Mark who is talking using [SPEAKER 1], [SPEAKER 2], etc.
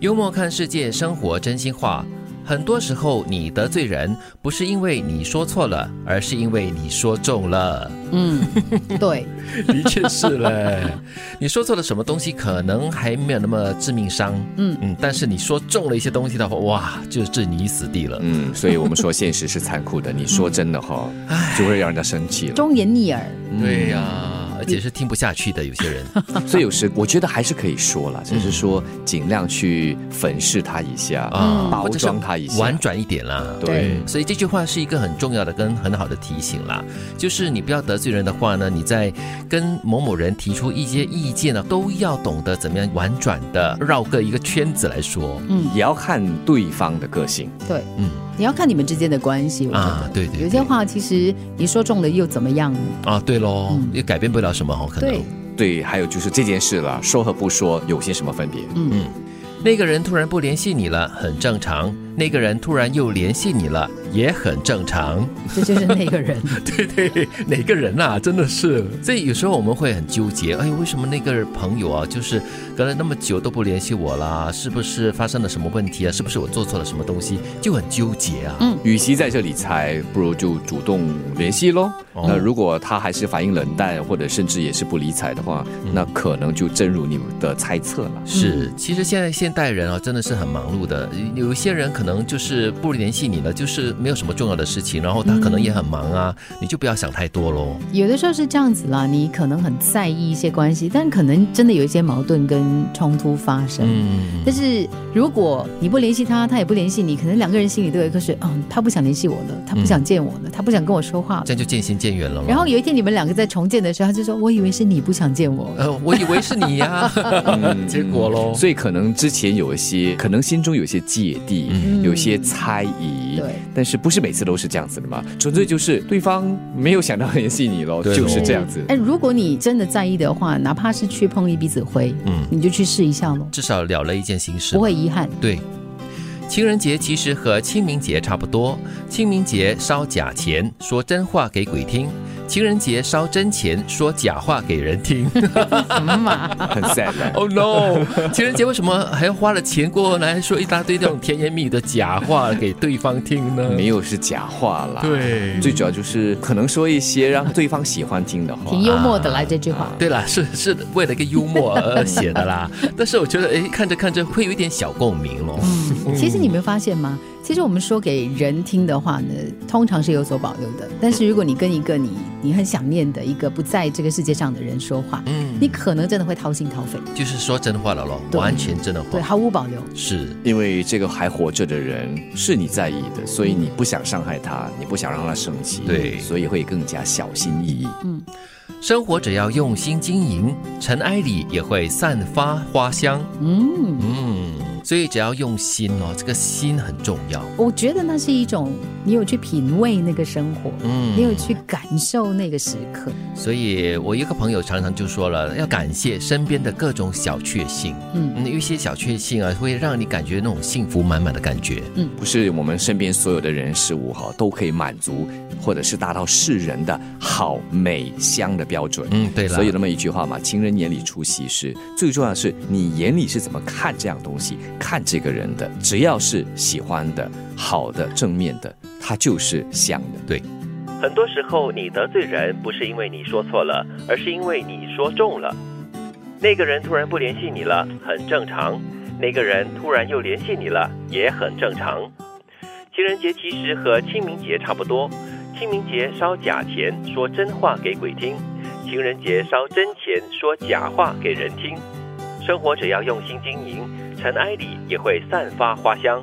[SPEAKER 1] 幽默看世界，生活真心话。很多时候，你得罪人不是因为你说错了，而是因为你说中了。
[SPEAKER 2] 嗯，对，
[SPEAKER 1] 的确是嘞， 你说错了什么东西，可能还没有那么致命伤。
[SPEAKER 2] 嗯
[SPEAKER 1] 嗯，但是你说中了一些东西的话，哇，就置你于死地了。
[SPEAKER 3] 嗯，所以我们说现实是残酷的，
[SPEAKER 1] 嗯
[SPEAKER 3] 你说真的哈、就会让人家生气了。
[SPEAKER 2] 忠言逆耳。
[SPEAKER 1] 对呀、而且是听不下去的，有些人。
[SPEAKER 3] 所以有时我觉得还是可以说了，只是说尽量去粉饰它一下，
[SPEAKER 1] 啊
[SPEAKER 3] 包
[SPEAKER 1] 或者是
[SPEAKER 3] 装它一下，
[SPEAKER 1] 婉转一点啦。
[SPEAKER 3] 对
[SPEAKER 2] 对
[SPEAKER 1] 所以这句话是一个很重要的跟很好的提醒啦，就是你不要得罪人的话呢，你在跟某某人提出一些意见呢，都要懂得怎么样婉转的绕个一个圈子来说。
[SPEAKER 2] 嗯，
[SPEAKER 3] 也要看对方的个性。
[SPEAKER 2] 对，
[SPEAKER 1] 嗯
[SPEAKER 2] 你要看你们之间的关系。我觉得
[SPEAKER 1] 啊，对对对，
[SPEAKER 2] 有些话其实你说中了又怎么样呢？
[SPEAKER 1] 啊，对喽，
[SPEAKER 2] 嗯
[SPEAKER 1] 也改变不了什么哦，可能
[SPEAKER 2] 对。
[SPEAKER 3] 对，还有就是这件事了，说和不说有些什么分别？
[SPEAKER 2] 嗯
[SPEAKER 1] 嗯那个人突然不联系你了，很正常；那个人突然又联系你了，也很正常。
[SPEAKER 2] 这就是那个 人。
[SPEAKER 1] 对对，哪个人呐、真的是，所以有时候我们会很纠结，哎，为什么那个朋友啊，就是隔了那么久都不联系我啦？是不是发生了什么问题啊？是不是我做错了什么东西？就很纠结啊。
[SPEAKER 2] 嗯
[SPEAKER 3] 与其在这里猜，不如就主动联系喽。
[SPEAKER 1] 哦
[SPEAKER 3] 那如果他还是反应冷淡，或者甚至也是不理睬的话，
[SPEAKER 1] 嗯
[SPEAKER 3] 那可能就正如你们的猜测了。
[SPEAKER 1] 是，其实现在现代人啊，真的是很忙碌的。有有一些人可能就是不联系你了，就是没有什么重要的事情，然后他可能也很忙啊，你就不要想太多喽。
[SPEAKER 2] 有的时候是这样子啦，你可能很在意一些关系，但可能真的有一些矛盾跟冲突发生。
[SPEAKER 1] 嗯，
[SPEAKER 2] 但是如果你不联系他，他也不联系你，可能两个人心里都有一颗是，嗯，他不想联系我了，他不想见我了，
[SPEAKER 1] 嗯
[SPEAKER 2] 他不想跟我说话了
[SPEAKER 1] 这。样就渐行渐远了咯。
[SPEAKER 2] 然后有一天你们两个在重建的时候，他就说：“我以为是你不想见我。
[SPEAKER 1] 呃，我以为是你呀、 结果喽。
[SPEAKER 3] 嗯所以可能之前有一些，可能心中有一些芥蒂，
[SPEAKER 1] 嗯
[SPEAKER 3] 有一些猜疑，
[SPEAKER 2] 对
[SPEAKER 3] 但是不是每次都是这样子的嘛？纯粹就是对方没有想到联系你咯，
[SPEAKER 1] 对咯
[SPEAKER 3] 就是这样子。
[SPEAKER 2] 哎，如果你真的在意的话，哪怕是去碰一鼻子灰，
[SPEAKER 1] 嗯
[SPEAKER 2] 你就去试一下咯，
[SPEAKER 1] 至少了了一件心事嘛。
[SPEAKER 2] 不会遗 憾。
[SPEAKER 1] 对，情人节其实和清明节差不多，清明节烧假钱，说真话给鬼听；情人节烧真钱，说假话给人听。
[SPEAKER 2] 嗯啊
[SPEAKER 3] 很 sad 的
[SPEAKER 1] oh no！情人节为什么还要花了钱过后来说一大堆这种甜言蜜语的假话给对方听呢？
[SPEAKER 3] 没有是假话啦。。
[SPEAKER 1] 呃对。
[SPEAKER 3] 最主要就是可能说一些让对方喜欢听的 话，
[SPEAKER 2] 挺幽默的来这句话，
[SPEAKER 1] 对啦，是是为了一个幽默而写的啦，但是我觉得，哎，看着看着会有一点小共鸣咯。
[SPEAKER 2] 嗯其实你没发现吗？其实我们说给人听的话呢，通常是有所保留的。但是如果你跟一个你你很想念的一个不在这个世界上的人说话，
[SPEAKER 1] 嗯，
[SPEAKER 2] 你可能真的会掏心掏肺，
[SPEAKER 1] 就是说真话了咯，
[SPEAKER 2] 对
[SPEAKER 1] 完全真的
[SPEAKER 2] 对，
[SPEAKER 1] 话，
[SPEAKER 2] 毫无保留。
[SPEAKER 1] 是
[SPEAKER 3] 因为这个还活着的人是你在意的，所以你不想伤害他，你不想让他生气，
[SPEAKER 1] 对
[SPEAKER 3] 所以会更加小心翼翼。
[SPEAKER 1] 生活只要用心经营，尘埃里也会散发花香。
[SPEAKER 2] 嗯，
[SPEAKER 1] 嗯，所以只要用心哦，这个心很重要。
[SPEAKER 2] 我觉得那是一种你有去品味那个生活，
[SPEAKER 1] 嗯
[SPEAKER 2] 你有去感受那个时刻。
[SPEAKER 1] 所以我一个朋友常常就说了，要感谢身边的各种小确幸。
[SPEAKER 2] 嗯
[SPEAKER 1] 嗯，有一些小确幸啊，会让你感觉那种幸福满满的感觉。
[SPEAKER 3] 不是我们身边所有的人事物哈，都可以满足或者是达到世人的好美香的标准。
[SPEAKER 1] 嗯，对了，
[SPEAKER 3] 所以有那么一句话嘛，情人眼里出西施，最重要的是你眼里是怎么看这样东西，看这个人的，只要是喜欢的、好的、正面的，它就是香的。
[SPEAKER 1] 很多时候，你得罪人不是因为你说错了，而是因为你说中了。那个人突然不联系你了，很正常；那个人突然又联系你了，也很正常。情人节其实和清明节差不多，清明节烧假钱说真话给鬼听，情人节烧真钱说假话给人听。生活只要用心经营，尘埃里也会散发花香。